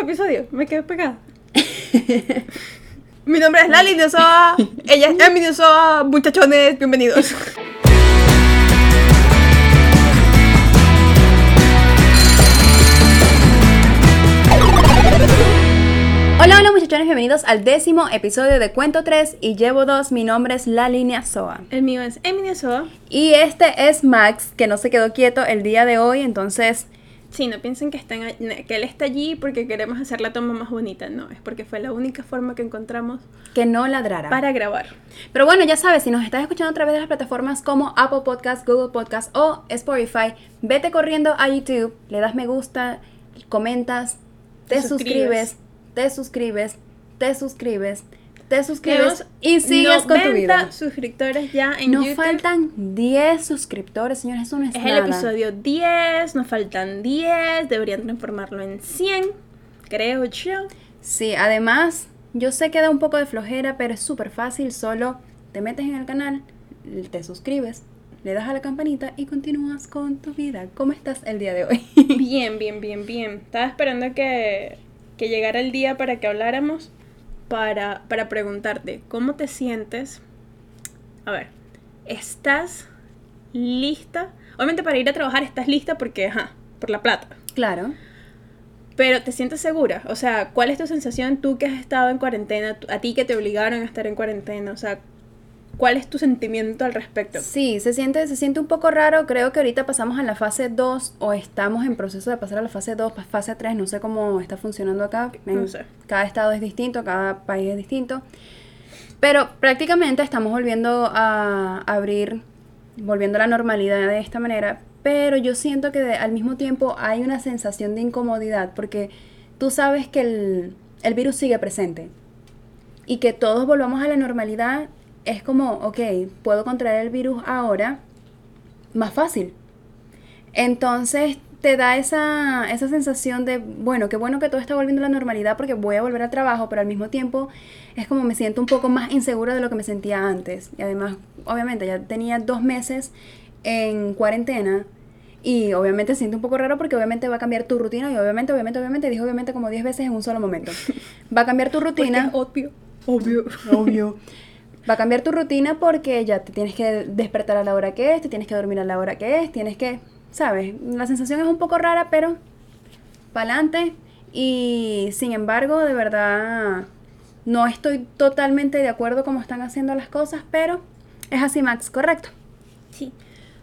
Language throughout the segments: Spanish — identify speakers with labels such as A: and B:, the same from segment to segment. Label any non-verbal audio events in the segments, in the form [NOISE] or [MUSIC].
A: episodio. Me quedé pegada. [LAUGHS] Mi nombre es Lali Diosoa. Ella es Emi Diosoa. Muchachones, bienvenidos.
B: Hola, hola muchachones, bienvenidos al décimo episodio de Cuento 3 y llevo dos, mi nombre es La Línea Soa.
A: El mío es Emi Diosoa.
B: Y este es Max, que no se quedó quieto el día de hoy, entonces
A: Sí, no piensen que, están, a- que él está allí porque queremos hacer la toma más bonita. No, es porque fue la única forma que encontramos
B: que no ladrara.
A: para grabar.
B: Pero bueno, ya sabes, si nos estás escuchando a través de las plataformas como Apple Podcast, Google Podcast o Spotify, vete corriendo a YouTube, le das me gusta, comentas, te,
A: Te suscribes.
B: suscribes. te suscribes, te suscribes, te suscribes y
A: Tenemos
B: sigues con tu
A: 90
B: vida.
A: suscriptores ya en
B: Nos
A: YouTube.
B: faltan 10 suscriptores, señores, eso no es,
A: es
B: nada.
A: el episodio 10, nos faltan 10, deberían transformarlo en 100, creo yo.
B: Sí, además, yo sé que da un poco de flojera, pero es súper fácil, solo te metes en el canal, te suscribes, le das a la campanita y continúas con tu vida. ¿Cómo estás el día de hoy? [LAUGHS]
A: Bien, bien, bien, bien. Estaba esperando que, que llegara el día para que habláramos, para, para preguntarte, ¿cómo te sientes? A ver, ¿estás lista? Obviamente para ir a trabajar estás lista porque, ajá, por la plata.
B: claro.
A: Pero ¿te sientes segura? O sea, ¿cuál es tu sensación tú que has estado en cuarentena, tú- a ti que te obligaron a estar en cuarentena? O sea, ¿cuál es tu sentimiento al respecto?
B: Sí, se siente, se siente un poco raro. Creo que ahorita pasamos a la fase 2 o estamos en proceso de pasar a la fase 2, pa- fase 3. No sé cómo está funcionando acá. En-
A: No sé.
B: Cada estado es distinto, cada país es distinto. Pero prácticamente estamos volviendo a abrir, volviendo a la normalidad de esta manera. Pero yo siento que de- al mismo tiempo hay una sensación de incomodidad porque tú sabes que el, el virus sigue presente y que todos volvamos a la normalidad es como, ok, puedo contraer el virus ahora, más fácil. Entonces te da esa, esa sensación de, bueno, qué bueno que todo está volviendo a la normalidad porque voy a volver al trabajo, pero al mismo tiempo es como me siento un poco más insegura de lo que me sentía antes. Y además, obviamente, ya tenía dos meses en cuarentena y obviamente se siente un poco raro porque obviamente va a cambiar tu rutina y obviamente, obviamente, obviamente, dije obviamente como 10 veces en un solo momento. Va a cambiar tu
A: Porque
B: rutina.
A: es obvio, obvio.
B: Obvio. Va a cambiar tu rutina porque ya te tienes que despertar a la hora que es, te tienes que dormir a la hora que es, tienes que, ¿sabes? La sensación es un poco rara, pero pa'lante. Y sin embargo, de verdad, no estoy totalmente de acuerdo como están haciendo las cosas, pero es así, Max, correcto.
A: Sí.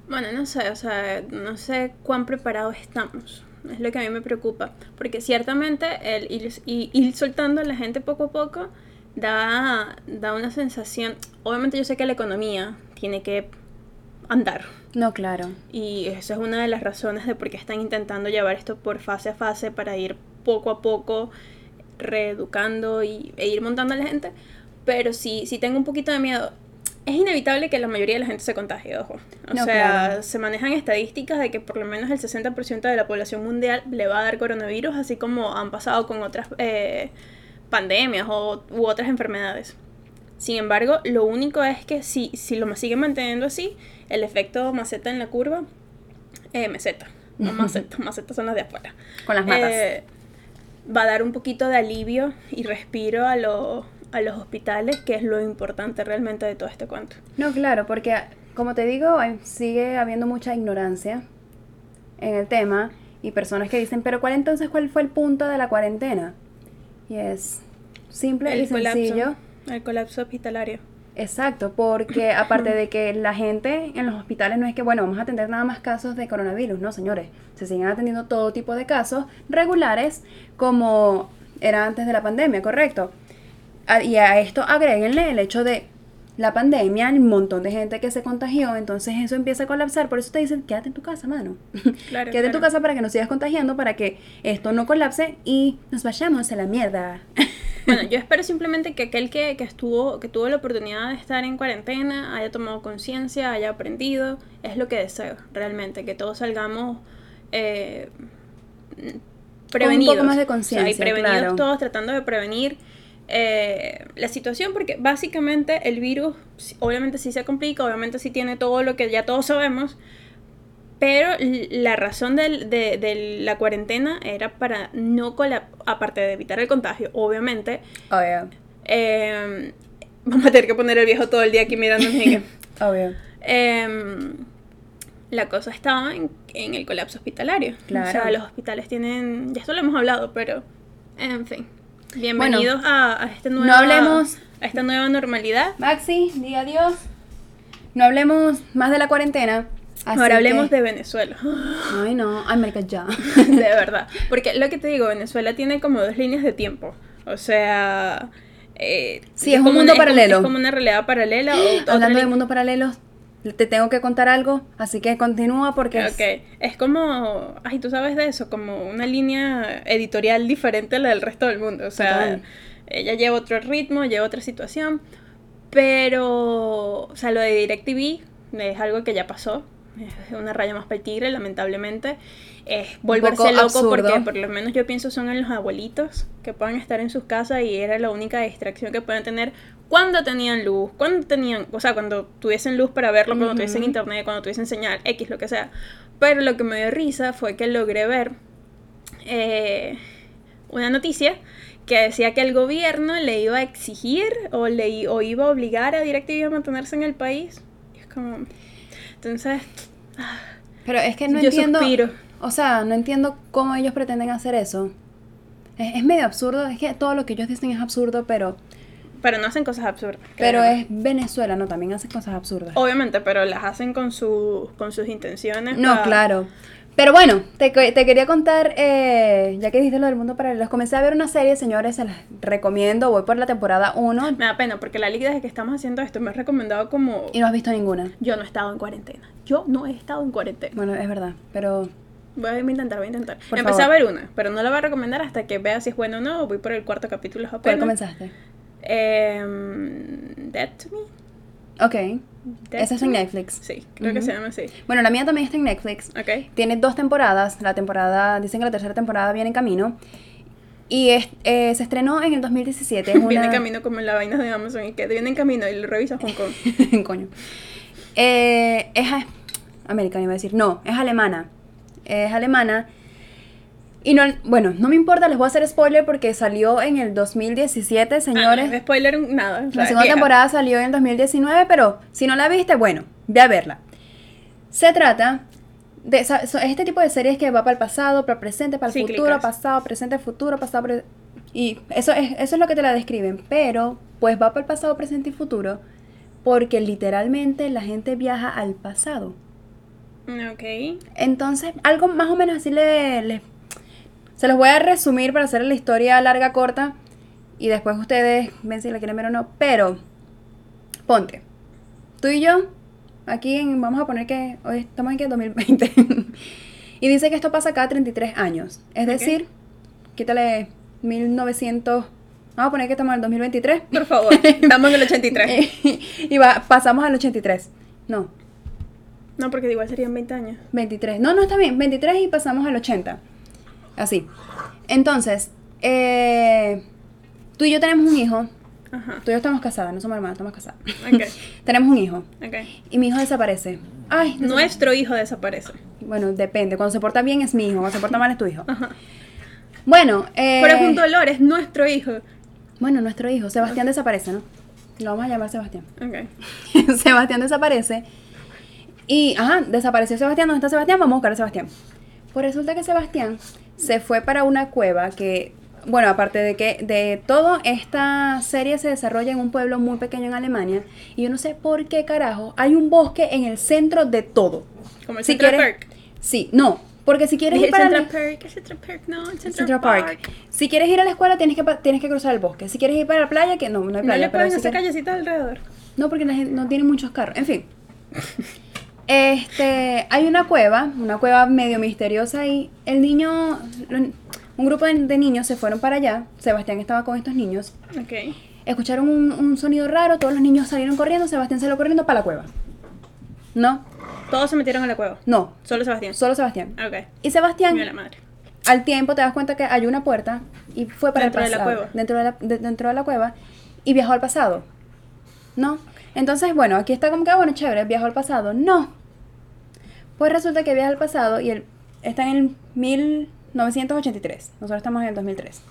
A: Bueno, no sé, o sea, no sé cuán preparados estamos. Es lo que a mí me preocupa. Porque ciertamente el ir, i- ir soltando a la gente poco a poco da, da una sensación. Obviamente yo sé que la economía tiene que andar.
B: No, claro.
A: Y eso es una de las razones de por qué están intentando llevar esto por fase a fase para ir poco a poco reeducando y, e ir montando a la gente. Pero sí, sí tengo un poquito de miedo. Es inevitable que la mayoría de la gente se contagie, ojo. O
B: No,
A: sea,
B: claro.
A: se manejan estadísticas de que por lo menos el 60% de la población mundial le va a dar coronavirus, así como han pasado con otras eh, pandemias o, u otras enfermedades. Sin embargo, lo único es que si, si lo siguen manteniendo así, el efecto maceta en la curva, eh, meseta, no
B: [LAUGHS]
A: maceta, maceta son las de afuera.
B: Con las matas.
A: Eh, va a dar un poquito de alivio y respiro a, lo- a los hospitales, que es lo importante realmente de todo este cuento.
B: No, claro, porque como te digo, hay- sigue habiendo mucha ignorancia en el tema y personas que dicen, pero ¿cuál entonces cuál fue el punto de la cuarentena? Y es simple y
A: El
B: sencillo.
A: colapso, el colapso hospitalario.
B: Exacto, porque aparte de que la gente en los hospitales no es que, bueno, vamos a atender nada más casos de coronavirus, no, señores. Se siguen atendiendo todo tipo de casos regulares como era antes de la pandemia, ¿correcto? A- Y a esto agréguenle el hecho de la pandemia, el montón de gente que se contagió, entonces eso empieza a colapsar. Por eso te dicen, quédate en tu casa, mano. [LAUGHS]
A: Claro,
B: quédate en tu
A: claro.
B: casa para que no sigas contagiando, para que esto no colapse y nos vayamos a la mierda.
A: Bueno, yo espero simplemente que aquel que, que estuvo, que tuvo la oportunidad de estar en cuarentena, haya tomado conciencia, haya aprendido. Es lo que deseo, realmente, que todos salgamos eh, prevenidos.
B: poco más de
A: O sea, y
B: conciencia,
A: prevenidos
B: claro.
A: todos tratando de prevenir eh, la situación, porque básicamente el virus, sí- obviamente sí se complica, obviamente sí tiene todo lo que ya todos sabemos, Pero l- la razón del- de, de la cuarentena era para no colapsar, aparte de evitar el contagio, obviamente,
B: Obvio,
A: eh, vamos a tener que poner el viejo todo el día aquí mirando
B: [LAUGHS] obvio.
A: Em, la cosa estaba en, en el colapso hospitalario.
B: Claro.
A: O sea, los hospitales tienen, ya esto lo hemos hablado, pero en fin. Bienvenidos a, a esta nueva,
B: hablemos-
A: a esta nueva normalidad.
B: Maxi, diga adiós. No hablemos más de la cuarentena. así
A: Ahora hablemos
B: que-
A: de
B: [LAUGHS]
A: Venezuela.
B: Ay, no, ay, marica, ya.
A: de verdad. Porque lo que te digo, Venezuela tiene como dos líneas de tiempo. O sea. eh,
B: Sí, es un
A: como una-
B: mundo
A: como-
B: paralelo.
A: es como una realidad paralela. O, otra
B: [LAUGHS] Hablando de
A: li-
B: mundos paralelos, te tengo que contar algo, así que continúa porque es-
A: Ok. Es como. Ay, tú sabes de eso. Como una línea editorial diferente a la del resto del mundo. O sea,
B: Total.
A: ella lleva otro ritmo, lleva otra situación. Pero. O sea, lo de DirecTV es algo que ya pasó. Es una raya más para el tigre, lamentablemente. Es volverse
B: poco
A: loco porque
B: absurdo.
A: por lo menos yo pienso son en los abuelitos que puedan estar en sus casas y era la única distracción que puedan tener cuando tenían luz, cuando tenían, o sea, cuando tuviesen luz para verlo, cuando tuviesen
B: Ujú.
A: internet, cuando tuviesen señal, X, lo que sea. Pero lo que me dio risa fue que logré ver eh, una noticia que decía que el gobierno le iba a exigir o, le, i- o iba a obligar a DirecTV a mantenerse en el país. Y es como... Entonces,
B: Pero es que no
A: Yo
B: entiendo.
A: suspiro.
B: O sea, no entiendo cómo ellos pretenden hacer eso. Es, es medio absurdo, es que todo lo que ellos dicen es absurdo, pero,
A: pero no hacen cosas absurdas.
B: pero
A: créeme.
B: es Venezuela, no, también hacen cosas absurdas.
A: Obviamente, pero las hacen con, su, con sus intenciones. [LAUGHS]
B: No,
A: pa-
B: claro. Pero bueno, te, que- te quería contar, eh, ya que dijiste lo del mundo paralelo, comencé a ver una serie, señores, se las recomiendo, voy por la temporada 1
A: Me da pena porque la liga desde que estamos haciendo esto me ha recomendado como...
B: y no has visto ninguna.
A: Yo no he estado en cuarentena. Yo no he estado en cuarentena.
B: Bueno, es verdad, pero
A: Voy a intentar, voy a intentar.
B: Por
A: Empecé
B: favor.
A: a ver una, pero no la voy a recomendar hasta que vea si es bueno o no. Voy por el cuarto capítulo.
B: ¿cuál
A: apenas.
B: comenzaste?
A: Em, Dead to Me.
B: Ok,
A: Dead
B: esa es
A: to
B: en
A: Me.
B: Netflix.
A: Sí, creo que
B: Ujú.
A: se llama así.
B: Bueno, la mía también está en Netflix,
A: Ok.
B: Tiene dos temporadas. La temporada, dicen que la tercera temporada viene en camino. Y es- eh, se estrenó en el 2017. Es
A: [LAUGHS] Viene en
B: una-
A: camino como en la vaina de Amazon y que viene en camino y lo revisa Hong
B: [LAUGHS]
A: Kong.
B: Coño. Eh, es a- americana, iba a decir. No, es alemana. Es alemana. Y no, bueno, no me importa, les voy a hacer spoiler porque salió en el 2017,
A: Ah, no,
B: señores.
A: spoiler, nada. o sea,
B: La segunda
A: vieja.
B: temporada salió en el 2019, pero si no la viste, bueno, ve a verla. Se trata de sa- so- este tipo de series que va para el pasado, para el presente, para el
A: Cíclicas.
B: futuro, pasado, presente, futuro, pasado, pre- y eso es, eso es lo que te la describen, pero pues va para el pasado, presente y futuro, porque literalmente la gente viaja al pasado.
A: Ok.
B: Entonces, algo más o menos así le, le- Se los voy a resumir para hacer la historia larga, corta. Y después ustedes ven si la quieren ver o no. Pero, ponte. Tú y yo, aquí en- vamos a poner que hoy estamos aquí en 2020. [LAUGHS] y dice que esto pasa cada 33 años. Es
A: Ok.
B: decir, quítale 1900... Vamos a poner que estamos en el 2023.
A: Por
B: [LAUGHS]
A: favor, estamos en el
B: Eh.
A: 83.
B: y va- pasamos al 83. No,
A: No, porque igual serían 20 años.
B: 23. No, no está bien. 23 y pasamos al 80. Así. Entonces, eh, tú y yo tenemos un hijo.
A: Ajá.
B: Tú y yo estamos casadas, no somos hermanas, estamos casadas.
A: Ok,
B: [LAUGHS] tenemos un hijo.
A: ok.
B: Y mi hijo desaparece. Ay, no.
A: Nuestro hijo desaparece.
B: Bueno, depende. Cuando se porta bien es mi hijo, cuando se porta mal es tu hijo. Bueno, eh,
A: Pero es un dolor, es nuestro hijo.
B: bueno, nuestro hijo, Sebastián desaparece, ¿no? Lo vamos a llamar Sebastián.
A: Ok.
B: [LAUGHS] Sebastián desaparece. Y, ajá, desapareció Sebastián. ¿Dónde está Sebastián? Vamos a buscar a Sebastián. Pues resulta que Sebastián se fue para una cueva que, bueno, aparte de que de todo, esta serie se desarrolla en un pueblo muy pequeño en Alemania. Y yo no sé por qué carajo, hay un bosque en el centro de todo.
A: Como el
B: Si
A: Central
B: quieres-
A: Park.
B: Sí, no, porque si quieres
A: Dije
B: ir
A: el
B: para...
A: Central
B: la-
A: Park, el Central Park, no, el Central,
B: Central
A: Park.
B: Park. Si quieres ir a la escuela tienes que, pa- tienes que cruzar el bosque. Si quieres ir para la playa, que no, no hay
A: No
B: playa,
A: le
B: pero
A: pueden
B: si
A: hacer
B: quieres-
A: callecitas alrededor.
B: no, porque la gente no tiene muchos carros. En fin. Este, hay una cueva, una cueva medio misteriosa y el niño, lo- un grupo de, de niños se fueron para allá, Sebastián estaba con estos niños,
A: Ok.
B: escucharon un, un sonido raro, todos los niños salieron corriendo, Sebastián salió corriendo para la cueva. No,
A: Todos se metieron a la cueva.
B: no,
A: Solo Sebastián.
B: solo Sebastián.
A: Ok.
B: Y Sebastián,
A: Mira la madre.
B: al tiempo te das cuenta que hay una puerta y fue para
A: Dentro de
B: el
A: la
B: pasado,
A: cueva.
B: dentro de la de- dentro de la cueva y viajó al pasado. ah, ¿No? Entonces, bueno, aquí está como que bueno, chévere, viajó al pasado. No. Pues resulta que viaja al pasado y él está en el 1983. Nosotros estamos en el 2003.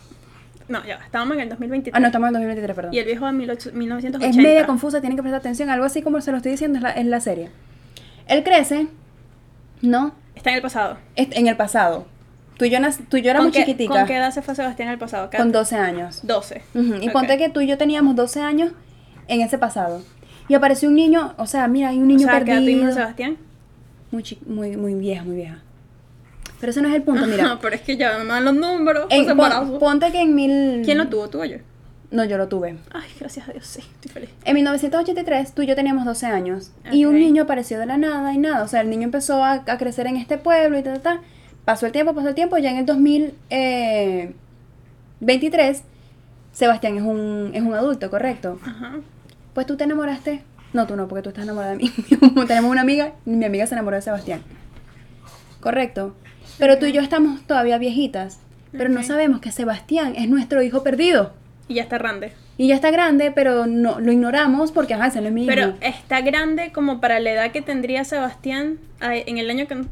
A: No, ya, estábamos en el 2023.
B: Ah, no, estamos en el 2023, perdón.
A: Y el viejo de 18- 1980.
B: Es media confusa, tienen que prestar atención. Algo así como se lo estoy diciendo es la, es la serie. Él crece, ¿no?
A: Está en el pasado.
B: Est- En el pasado. Tú y yo, nac- tú y yo éramos
A: ¿Con qué-
B: chiquiticas.
A: ¿Con qué edad se fue Sebastián al pasado? ¿Qué
B: Con
A: edad?
B: 12 años.
A: 12.
B: Ujú, Y
A: Ok.
B: ponte que tú y yo teníamos 12 años en ese pasado. Y apareció un niño, o sea, mira, hay un niño
A: o sea, ¿qué edad
B: perdido.
A: tuvimos Sebastián?
B: Muy, chi- muy, muy vieja, muy vieja. Pero ese no es el punto,
A: No,
B: mira.
A: [LAUGHS] pero es que ya me dan los números.
B: En-
A: José
B: pon-
A: Embarazo.
B: ponte que en mil...
A: Pues ¿Quién lo tuvo? ¿Tú o yo?
B: No, yo lo tuve.
A: Ay, gracias a Dios, sí, estoy feliz.
B: En 1983 tú y yo teníamos 12 años y un
A: Ok.
B: niño apareció de la nada y nada, o sea, el niño empezó a, a crecer en este pueblo y tal, tal, pasó el tiempo, pasó el tiempo, ya en el 2023 Sebastián es un, es un adulto, ¿correcto?
A: Ajá.
B: Pues tú te enamoraste, no tú no, porque tú estás enamorada de mí, [LAUGHS] tenemos una amiga, mi amiga se enamoró de Sebastián, ¿correcto? Pero tú y yo estamos todavía viejitas, pero no
A: Ok.
B: sabemos que Sebastián es nuestro hijo perdido.
A: Y ya está grande.
B: Y ya está grande, pero no lo ignoramos porque ajá, ese no es mi hijo.
A: Pero eh, está grande como para la edad que tendría Sebastián ay, en el año [LAUGHS] que...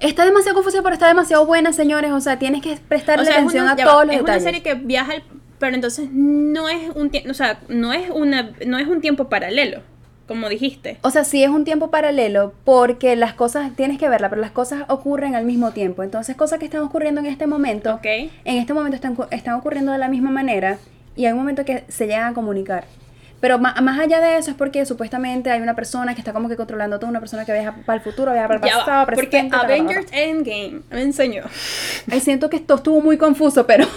B: Está demasiado confusa, pero está demasiado buena, señores. O sea, tienes que prestarle
A: O sea, es
B: atención
A: una-
B: a
A: ya va,
B: todos los
A: es
B: detalles.
A: una serie que viaja al- pero entonces no es un tiempo, o sea, no es una no es un tiempo paralelo, como dijiste.
B: O sea, sí es un tiempo paralelo porque las cosas, tienes que verla, pero las cosas ocurren al mismo tiempo. Entonces, cosas que están ocurriendo en este momento,
A: Ok.
B: en este momento están, cu- están ocurriendo de la misma manera y hay un momento que se llegan a comunicar. Pero ma- más allá de eso es porque supuestamente hay una persona que está como que controlando todo, una persona que viaja para el futuro, viaja para el
A: Ya va,
B: pasado,
A: porque
B: presente, ta, ta, ta, ta.
A: Avengers Endgame me enseñó.
B: Ay, siento que esto estuvo muy confuso, pero... [LAUGHS]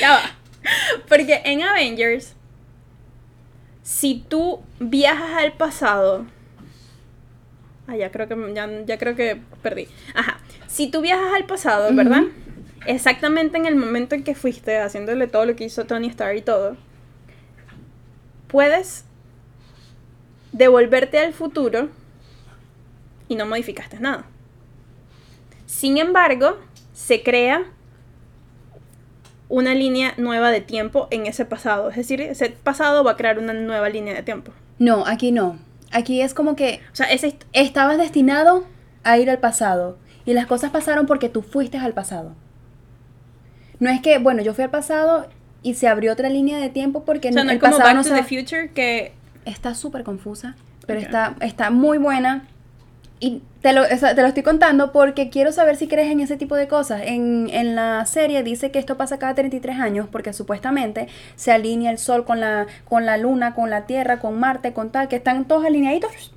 A: Ya va. Porque en Avengers si tú viajas al pasado Ah, ya creo que ya, ya creo que perdí. Ajá. Si tú viajas al pasado, ¿verdad?
B: Ujú.
A: Exactamente en el momento en que fuiste haciéndole todo lo que hizo Tony Stark y todo. puedes devolverte al futuro y no modificaste nada. Sin embargo, se crea una línea nueva de tiempo en ese pasado. Es decir, ese pasado va a crear una nueva línea de tiempo.
B: No, aquí no. Aquí es como que
A: O sea, ese,
B: estabas destinado a ir al pasado y las cosas pasaron porque tú fuiste al pasado. No es que, bueno, yo fui al pasado y se abrió otra línea de tiempo porque
A: o sea, no
B: el
A: es como
B: pasado
A: Back
B: no
A: to the
B: se-
A: Future que...
B: está súper confusa, pero
A: Ok.
B: está, está muy buena. Y te lo, o sea, te lo estoy contando porque quiero saber si crees en ese tipo de cosas. En, en la serie dice que esto pasa cada 33 años porque supuestamente se alinea el sol con la, con la luna, con la tierra, con Marte, con tal, que están todos alineaditos.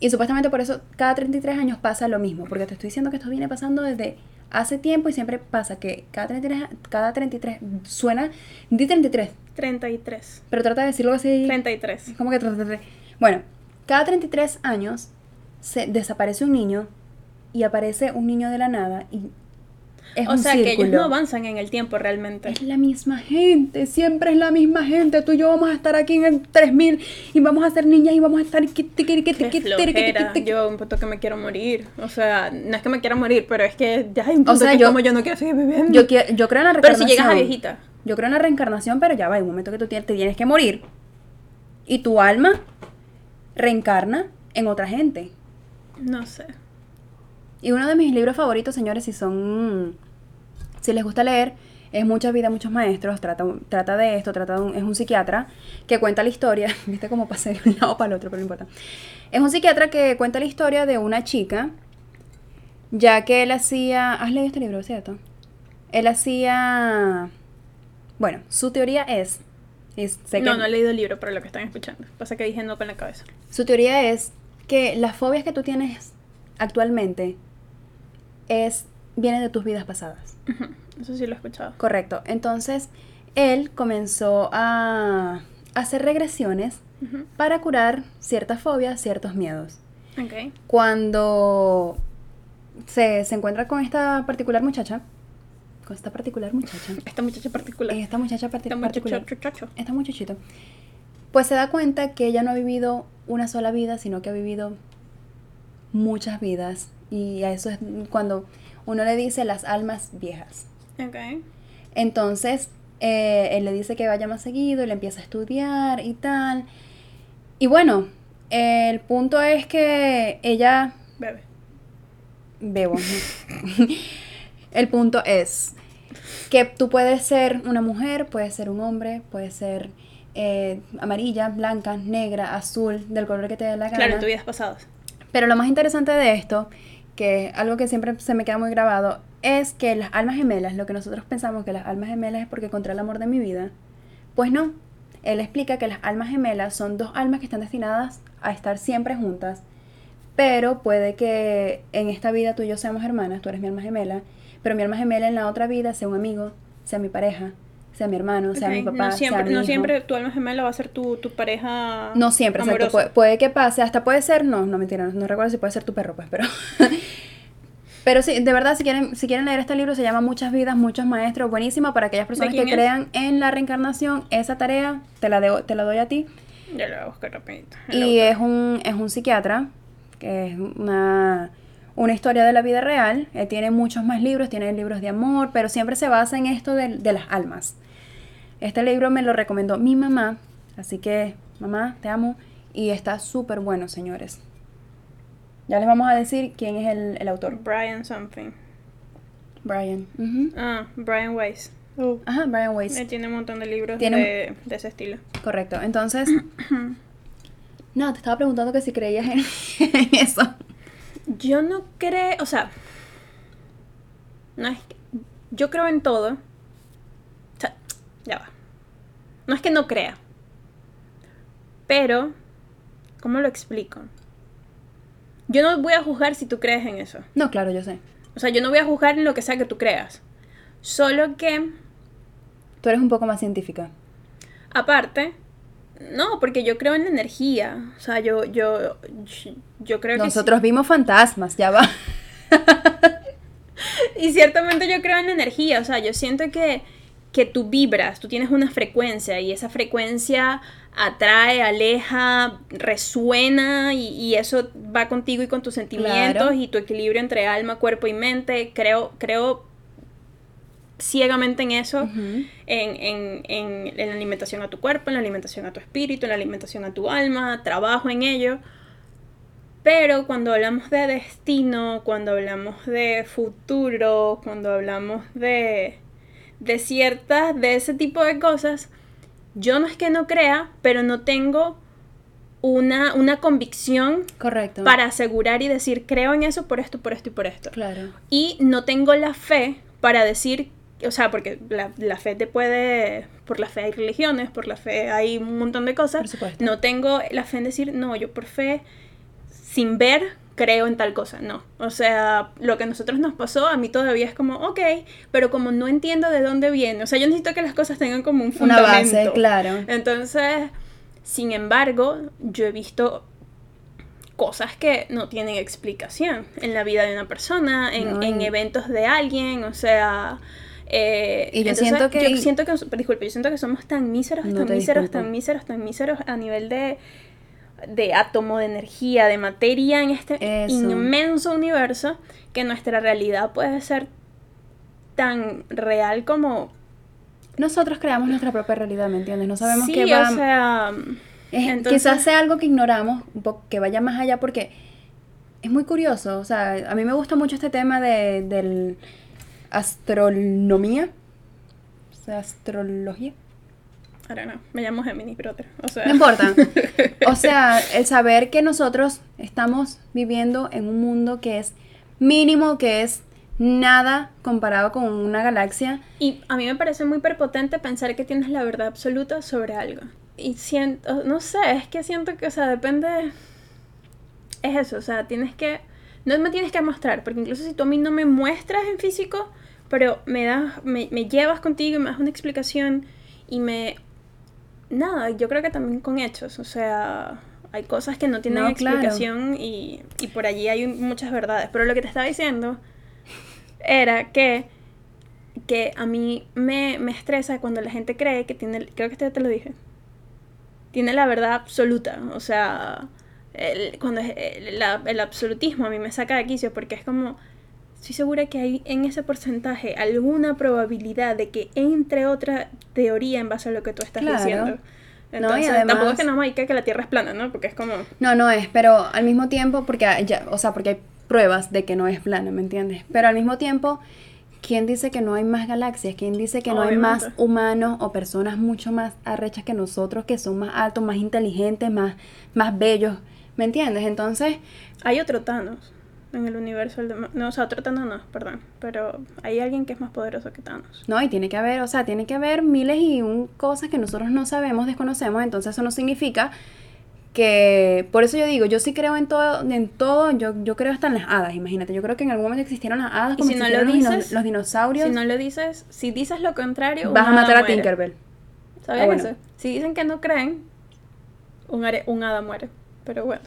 B: Y supuestamente por eso cada 33 años pasa lo mismo, porque te estoy diciendo que esto viene pasando desde hace tiempo y siempre pasa que cada 33, cada 33 suena, di 33,
A: 33.
B: pero trata de decirlo así.
A: 33.
B: Es como que... tra- tra- tra- Bueno, cada 33 años se desaparece un niño y aparece un niño de la nada y es
A: o
B: un
A: sea, que ellos
B: círculo.
A: no avanzan en el tiempo realmente.
B: Es la misma gente, siempre es la misma gente. Tú y yo vamos a estar aquí en el 3000 y vamos a ser niñas y vamos a estar... qui- tiqui- tiqui-
A: Qué
B: tiqui- tiqui-
A: flojera.
B: tiqui- tiqui-
A: Yo a un punto que me quiero morir. O sea, no es que me quiera morir, pero es que ya hay un punto
B: sea,
A: que
B: yo-
A: como yo no quiero seguir viviendo.
B: Yo quiero- yo creo en la
A: pero si
B: reencarnación.
A: llegas a viejita.
B: Yo creo en la reencarnación, pero ya va, hay un momento que tú tienes- te tienes que morir. Y tu alma reencarna en otra gente.
A: No sé.
B: Y uno de mis libros favoritos, señores, si son. Si les gusta leer, es Muchas vidas, muchos maestros. Trata, trata de esto, trata de un- es un psiquiatra que cuenta la historia. [LAUGHS] Viste cómo pasé de un lado para el otro, pero no importa. Es un psiquiatra que cuenta la historia de una chica, ya que él hacía. ¿Has leído este libro, cierto? Él hacía. Bueno, su teoría es. es- sé que-
A: No, no he leído el libro para lo que están escuchando. Pasa que dije no con la cabeza.
B: su teoría es que las fobias que tú tienes actualmente es vienen de tus vidas pasadas.
A: Ujú, Eso sí lo he escuchado.
B: Correcto. Entonces, él comenzó a hacer regresiones
A: Ujú,
B: para curar ciertas fobias, ciertos miedos.
A: Ok.
B: Cuando se, se encuentra con esta particular muchacha, con esta particular muchacha,
A: Esta muchacha particular.
B: esta muchacha parti-
A: Esta muchacha
B: Este particular,
A: chuchacho.
B: esta muchachita, este pues se da cuenta que ella no ha vivido una sola vida, sino que ha vivido muchas vidas. Y a eso es cuando uno le dice las almas viejas.
A: Ok.
B: Entonces, eh, él le dice que vaya más seguido, y le empieza a estudiar y tal. Y bueno, el punto es que ella
A: Bebe.
B: bebo. ¿no? El punto es que tú puedes ser una mujer, puedes ser un hombre, puedes ser eh, amarilla, blanca, negra, azul, del color que te dé la gana.
A: Claro, en tus vidas pasadas.
B: Pero lo más interesante de esto, que es algo que siempre se me queda muy grabado, es que las almas gemelas, lo que nosotros pensamos que las almas gemelas es porque encontré el amor de mi vida, pues no. Él explica que las almas gemelas son dos almas que están destinadas a estar siempre juntas, pero puede que en esta vida tú y yo seamos hermanas, tú eres mi alma gemela, pero mi alma gemela en la otra vida sea un amigo, sea mi pareja, sea mi hermano, sea
A: Ok,
B: mi papá,
A: no siempre,
B: sea mi
A: no
B: hijo.
A: siempre tu alma gemela va a ser tu, tu pareja.
B: No siempre, exacto.
A: amorosa.
B: Puede, puede que pase, hasta puede ser, no, no mentira, no, no recuerdo si puede ser tu perro, pues, pero. [LAUGHS] pero sí, de verdad, si quieren, si quieren leer este libro, se llama Muchas vidas, muchos maestros, buenísimo para aquellas personas que
A: quién es?
B: crean en la reencarnación. Esa tarea te la, debo- te la doy a ti.
A: Ya lo voy a buscar rapidito. El
B: pues. Y eh,
A: autor.
B: es un, es un psiquiatra, que es una, una historia de la vida real. Él tiene muchos más libros, tiene libros de amor, pero siempre se basa en esto de, de las almas. Este libro me lo recomendó mi mamá, así que mamá, te amo. Y está súper bueno, señores. Ya les vamos a decir quién es el, el autor.
A: Brian something.
B: Brian. Ujú.
A: Ah, Brian Weiss. Uh,
B: Ajá, Brian Weiss.
A: Él tiene un montón de libros
B: Tiene un-
A: de, de ese estilo.
B: Correcto. Entonces, no, te estaba preguntando que si creías en- [LAUGHS] en eso.
A: Yo no creo, o sea, no es que- yo creo en todo. O sea, ya va. No es que no crea. Pero, ¿cómo lo explico? Yo no voy a juzgar si tú crees en eso.
B: No, claro, yo sé.
A: O sea, yo no voy a juzgar en lo que sea que tú creas. Solo que,
B: Tú eres un poco más científica.
A: aparte, no, porque yo creo en la energía. O sea, yo, yo, yo creo que sí.
B: Nosotros vimos fantasmas, ya
A: [LAUGHS]
B: va.
A: Y ciertamente yo creo en la energía, o sea, yo siento que, que tú vibras, tú tienes una frecuencia y esa frecuencia atrae, aleja, resuena y, y eso va contigo y con tus sentimientos
B: Claro.
A: y tu equilibrio entre alma, cuerpo y mente. Creo, creo ciegamente en eso,
B: Ujú.
A: en, en- en- en la alimentación a tu cuerpo, en la alimentación a tu espíritu, en la alimentación a tu alma, trabajo en ello. Pero cuando hablamos de destino, cuando hablamos de futuro, cuando hablamos de, de ciertas, de ese tipo de cosas, yo no es que no crea, pero no tengo una, una convicción
B: Correcto.
A: para asegurar y decir, creo en eso por esto, por esto y por esto
B: Claro.
A: y no tengo la fe para decir, o sea, porque la, la fe te puede, por la fe hay religiones, por la fe hay un montón de cosas.
B: Por supuesto.
A: No tengo la fe en decir, no, yo por fe, sin ver, creo en tal cosa. No, o sea, lo que a nosotros nos pasó, a mí todavía es como, ok, pero como no entiendo de dónde viene, o sea, yo necesito que las cosas tengan como un
B: Una
A: fundamento. Eh,
B: base, claro.
A: Entonces, sin embargo, yo he visto cosas que no tienen explicación en la vida de una persona, en,
B: No,
A: en
B: y-
A: eventos de alguien, o sea... eh,
B: Y yo siento que-
A: Yo siento que... Disculpe, yo siento que somos tan míseros,
B: No
A: tan
B: te
A: míseros,
B: disculpo.
A: tan míseros, tan míseros a nivel de, de átomo, de energía, de materia en este
B: Eso.
A: inmenso universo, que nuestra realidad puede ser tan real como...
B: Nosotros creamos nuestra propia realidad, ¿me entiendes? No sabemos
A: sí,
B: qué va.
A: o sea...
B: es-
A: entonces-
B: Quizás sea algo que ignoramos, un po- que vaya más allá, porque es muy curioso. O sea, a mí me gusta mucho este tema de del astronomía. O sea, astrología.
A: Ahora no, me llamo Gemini, brother. O sea,
B: No importa. O sea, el saber que nosotros estamos viviendo en un mundo que es mínimo, que es nada comparado con una galaxia.
A: Y a mí me parece muy perpotente pensar que tienes la verdad absoluta sobre algo. Y siento, no sé, es que siento que, o sea, depende... Es eso, o sea, tienes que... No me tienes que mostrar, porque incluso si tú a mí no me muestras en físico, pero me das, me, me llevas contigo y me das una explicación y me... Nada, yo creo que también con hechos, o sea, hay cosas que no tienen
B: No, claro.
A: explicación y, y por allí hay un- muchas verdades. Pero lo que te estaba diciendo era que que a mí me, me estresa cuando la gente cree que tiene, creo que este te lo dije, tiene la verdad absoluta, o sea, el- cuando es- el, la- el absolutismo a mí me saca de quicio porque es como, estoy segura que hay en ese porcentaje alguna probabilidad de que entre otra teoría en base a lo que tú estás
B: Claro.
A: diciendo.
B: No, y
A: Entonces, tampoco
B: además-
A: es que no me diga que la Tierra es plana, ¿no? Porque es como...
B: No, no es, pero al mismo tiempo, porque hay- ya, o sea, porque hay pruebas de que no es plana, ¿me entiendes? Pero al mismo tiempo, ¿quién dice que no hay más galaxias? ¿Quién dice que no hay más
A: Obviamente.
B: humanos o personas mucho más arrechas que nosotros, que son más altos, más inteligentes, más, más bellos? ¿Me entiendes? Entonces,
A: Hay otro Thanos en el universo. el de- No, o sea, otro Thanos no, perdón. Pero hay alguien que es más poderoso que Thanos.
B: No, y tiene que haber, o sea, tiene que haber miles y un cosas que nosotros no sabemos, desconocemos, entonces eso no significa que, por eso yo digo, yo sí creo en todo, en todo, yo, yo creo hasta en las hadas, imagínate, yo creo que en algún momento existieron las hadas,
A: Y
B: como
A: si no lo
B: existieron los, dino-
A: dices,
B: los dinosaurios,
A: Si no lo dices, si dices lo contrario,
B: vas a
A: una hada
B: matar a
A: muere.
B: Tinkerbell.
A: ¿Sabían
B: Ah, bueno.
A: eso? Si dicen que no creen, un, are- un hada muere. Pero bueno.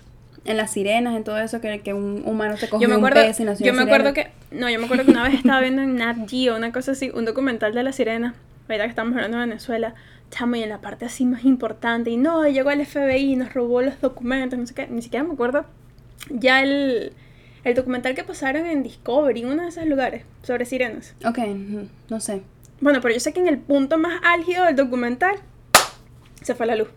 B: En las sirenas, en todo eso, que, que un humano te cogió
A: Yo me
B: un
A: acuerdo,
B: pez y nació
A: yo
B: una
A: me acuerdo
B: sirena.
A: que. No, yo me acuerdo que una vez estaba viendo en Nat Geo, una cosa así, un documental de la sirena. Ahorita que estamos hablando de Venezuela. Chamo, y en la parte así más importante. Y no, llegó el FBI y nos robó los documentos, no sé qué. Ni siquiera me acuerdo. Ya el, el documental que pasaron en Discovery, uno de esos lugares, sobre sirenas.
B: Ok, ujú, no sé.
A: Bueno, pero yo sé que en el punto más álgido del documental se fue la luz.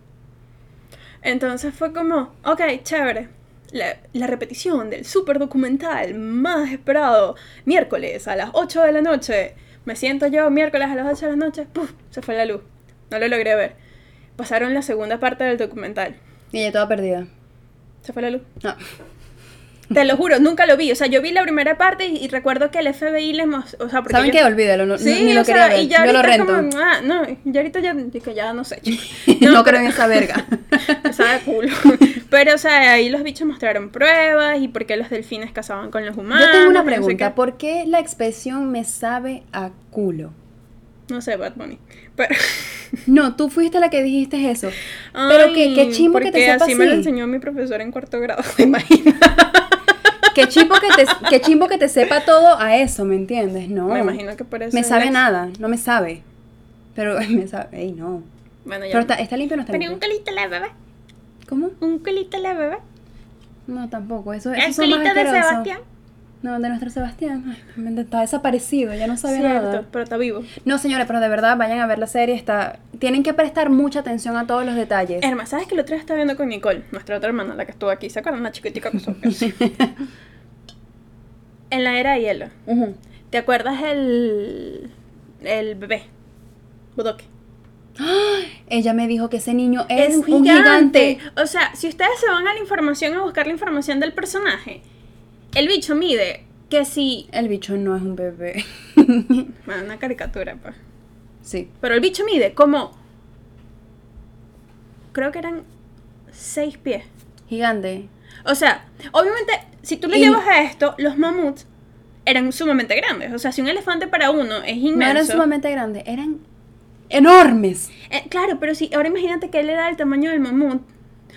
A: Entonces fue como, ok, chévere. La, la repetición del super documental más esperado, miércoles a las 8 de la noche. Me siento yo miércoles a las 8 de la noche, ¡puf! Se fue la luz. No lo logré ver. Pasaron la segunda parte del documental.
B: Y ella toda perdida.
A: Se fue la luz.
B: No.
A: Te lo juro, nunca lo vi. O sea, yo vi la primera parte y, y recuerdo que el FBI les mostró. O sea, porque
B: ¿Saben
A: yo-
B: qué? Olvídalo, no,
A: Sí,
B: ni lo
A: o sea,
B: quería ver,
A: y ya
B: yo lo
A: ahorita
B: rento. [LAUGHS]
A: como, ah, no, ya ahorita ya, digo, ya no sé, chico.
B: No,
A: No,
B: creo en esa verga.
A: [LAUGHS] o sea, culo.
B: [LAUGHS]
A: Pero, o sea, ahí los bichos mostraron pruebas y por qué los delfines cazaban con los humanos.
B: Yo tengo una
A: y no sé
B: pregunta,
A: qué.
B: ¿por qué la expresión me sabe a culo?
A: No sé, Bad Bunny. Pero,
B: No, tú fuiste la que dijiste eso. [LAUGHS] Pero qué- qué chimbo que te
A: porque
B: sepa
A: así me lo
B: así.
A: enseñó mi profesor en cuarto
B: [LAUGHS]
A: grado, ¿te imaginas?
B: Qué chimbo que te, qué chimbo que te sepa todo a eso, ¿me entiendes? No.
A: Me imagino que por eso.
B: Me
A: es
B: sabe
A: la-
B: nada, no me sabe. Pero [LAUGHS] me sabe, ey, no.
A: Bueno, ya.
B: Pero está, está limpio o no está
A: Pero un
B: limpio.
A: colito a la bebé,
B: ¿Cómo?
A: un colito a la bebé.
B: No, tampoco, eso
A: El
B: es
A: colito de Sebastián.
B: No, de nuestro Sebastián. Ay, realmente está desaparecido, ya no sabe nada.
A: Cierto, pero está vivo.
B: No, señores, pero de verdad vayan a ver la serie, está tienen que prestar mucha atención a todos los detalles.
A: Herma, ¿sabes que el otro día estaba viendo con Nicole, nuestra otra hermana, la que estuvo aquí? ¿Se acuerdan? La chiquitica con
B: [LAUGHS]
A: ojos. en la era de hielo.
B: Ujú.
A: ¿Te acuerdas el. el bebé? Budoke.
B: Ella me dijo que ese niño es, un gigante.
A: O sea, si ustedes se van a la información a buscar la información del personaje, el bicho mide que si.
B: El bicho no es un bebé. [LAUGHS]
A: Bueno, una caricatura, pues.
B: sí.
A: Pero el bicho mide como. Creo que eran seis pies.
B: Gigante.
A: O sea, obviamente, si tú le
B: Y-
A: llevas a esto, los mamuts eran sumamente grandes. O sea, si un elefante para uno es inmenso.
B: No eran sumamente grandes, eran enormes.
A: Eh, claro, pero si ahora imagínate que él era del tamaño del mamut.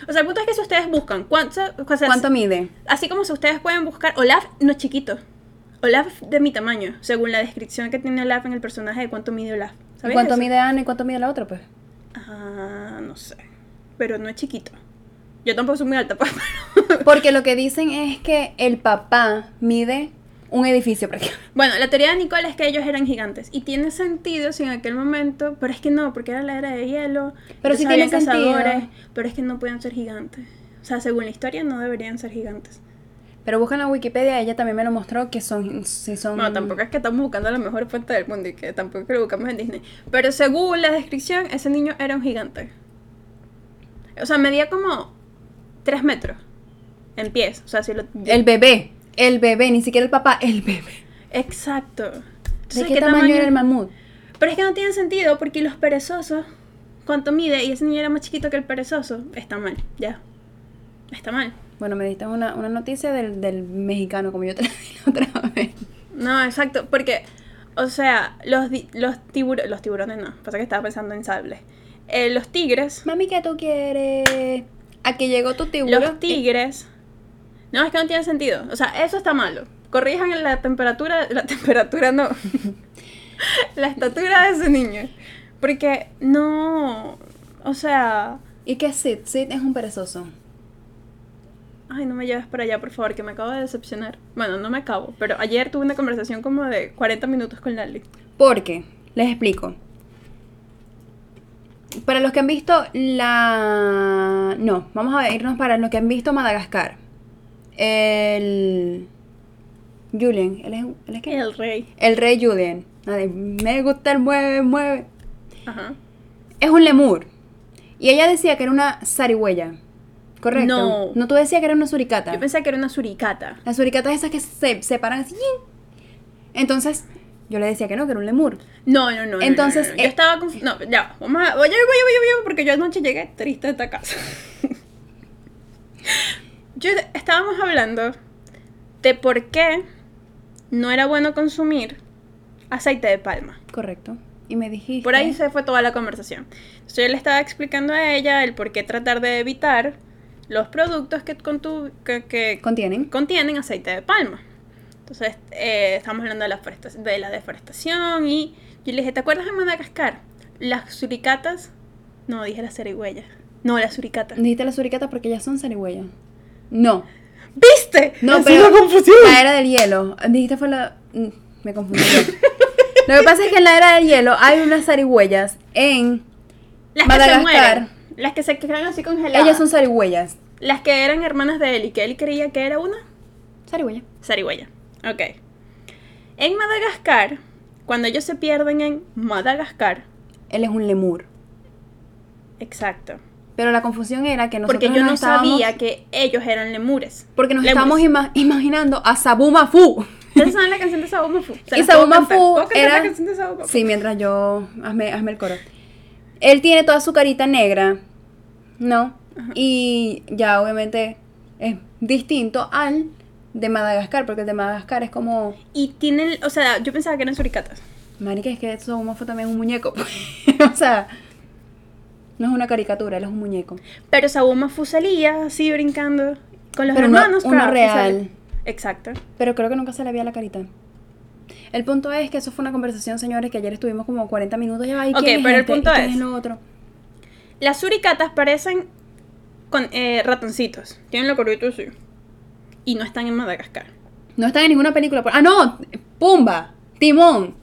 A: O sea, el punto es que si ustedes buscan, ¿cuánto, o sea,
B: ¿Cuánto mide?
A: así como si ustedes pueden buscar, Olaf no es chiquito. Olaf de mi tamaño, según la descripción que tiene Olaf en el personaje de cuánto mide Olaf.
B: ¿Y
A: ¿Sabías
B: cuánto
A: eso?
B: mide Ana y cuánto mide la otra? Pues
A: Ah, no sé. Pero no es chiquito. Yo tampoco soy muy alta, pues. [LAUGHS]
B: porque lo que dicen es que el papá mide un edificio prácticamente.
A: Bueno, la teoría de Nicole es que ellos eran gigantes. Y tiene sentido si en aquel momento. Pero es que no, porque era la era de hielo.
B: Pero
A: entonces
B: sí tiene
A: había
B: sentido.
A: Pero es que no podían ser gigantes. O sea, según la historia, no deberían ser gigantes.
B: Pero buscan la Wikipedia, ella también me lo mostró que son si son
A: No, tampoco es que estamos buscando la mejor fuente del mundo y que tampoco es que lo buscamos en Disney. Pero según la descripción, ese niño era un gigante. O sea, medía como 3 metros en pies. O sea, si lo.
B: el bebé, el bebé, ni siquiera el papá, el bebé.
A: Exacto. Entonces,
B: ¿De qué, tamaño, era el mamut?
A: Pero es que no tiene sentido porque los perezosos, cuánto mide y ese niño era más chiquito que el perezoso, está mal, ya. Está mal.
B: Bueno, me diste una, una noticia del, del mexicano, como yo te la di la otra [LAUGHS] vez.
A: No, exacto, porque, o sea, los, di- los, tiburo- los tiburones no, pasa que estaba pensando en sables. Eh, los tigres,
B: Mami, ¿qué tú quieres? A que llegó tu tiburón. eh.
A: los tigres, no, es que no tiene sentido, o sea, eso está malo. Corrijan la temperatura, la temperatura no, la estatura de ese niño, porque no, o sea,
B: ¿Y qué es Sid? Sid es un perezoso.
A: Ay, no me lleves para allá, por favor, que me acabo de decepcionar. Bueno, no me acabo, pero ayer tuve una conversación como de 40 minutos con Lali.
B: Porque, les explico. Para los que han visto la... No, vamos a irnos para los que han visto Madagascar. El... Julian, ¿él es, él es qué?
A: El rey.
B: El rey Julian. La de, me gusta el mueve, mueve.
A: Ajá.
B: Es un lemur. Y ella decía que era una zarigüeya. ¿Correcto?
A: No.
B: No, tú decías que era una suricata.
A: Yo pensaba que era una suricata.
B: Las suricatas esas que se separan así. Entonces, yo le decía que no, que era un lemur.
A: No, no, no. no,
B: Entonces,
A: no, no, no.
B: eh,
A: yo estaba conf- No, ya, vamos a. Voy, voy, voy, voy, voy, porque yo anoche llegué triste a esta casa. [LAUGHS] yo estábamos hablando de por qué no era bueno consumir aceite de palma.
B: Correcto. Y me dijiste.
A: Por ahí se fue toda la conversación. Entonces yo le estaba explicando a ella el por qué tratar de evitar los productos que, con tu, que, que
B: Contienen.
A: contienen aceite de palma. Entonces, eh, estamos hablando de la, foresta- de la deforestación y yo le dije, ¿te acuerdas de Madagascar? Las suricatas, no, dije las zarigüeyas. No, las suricatas.
B: Dijiste las suricatas porque ellas son zarigüeyas. No.
A: ¿Viste?
B: No,
A: Esa [LAUGHS]
B: pero.
A: es la confusión.
B: La era del hielo. Dijiste fue la. mm,
A: [LAUGHS]
B: Me confundí. Lo que pasa es que en la era del hielo hay unas zarigüeyas en.
A: Las
B: Madagascar.
A: que se mueren. Las que se quedan así congeladas.
B: Ellas son zarigüeyas.
A: Las que eran hermanas de él y que él creía que era una
B: Zarigüeya.
A: zarigüeya. Ok. En Madagascar, cuando ellos se pierden en Madagascar,
B: Él es un lemur.
A: exacto.
B: Pero la confusión era que nosotros
A: Porque yo
B: nos
A: no
B: estábamos-
A: sabía que ellos eran lemures.
B: Porque nos
A: Lemures.
B: estamos ima- imaginando a Sabuma Fu.
A: ¿Ustedes saben la canción de Sabu
B: [LAUGHS]
A: Fu?
B: Y Saúl Mafú era-
A: la canción de Saúl Mafú?
B: Sí, mientras yo. Hazme, hazme el coro. Él tiene toda su carita negra, ¿no? Y ya obviamente es distinto al de Madagascar, porque el de Madagascar es como.
A: Y tienen, o sea, yo pensaba que eran suricatas.
B: Marica, es que Soguma fue también un muñeco. [LAUGHS] pues. o sea, no es una caricatura, él es un muñeco.
A: Pero Sabu Mafú salía así brincando con los
B: Pero uno-
A: hermanos.
B: uno
A: Kraft, y sale-
B: real.
A: Exacto.
B: Pero creo que nunca se le veía la carita. El punto es que eso fue una conversación, señores, que ayer estuvimos como 40 minutos. Y, Ay,
A: Ok,
B: ¿quién es
A: pero el
B: este? ¿Y
A: punto
B: quién
A: es-
B: es lo otro?
A: Las suricatas parecen con eh, ratoncitos. Tienen la corita así. Y no están en Madagascar.
B: No están en ninguna película. por- Ah, no, Pumba, Timón.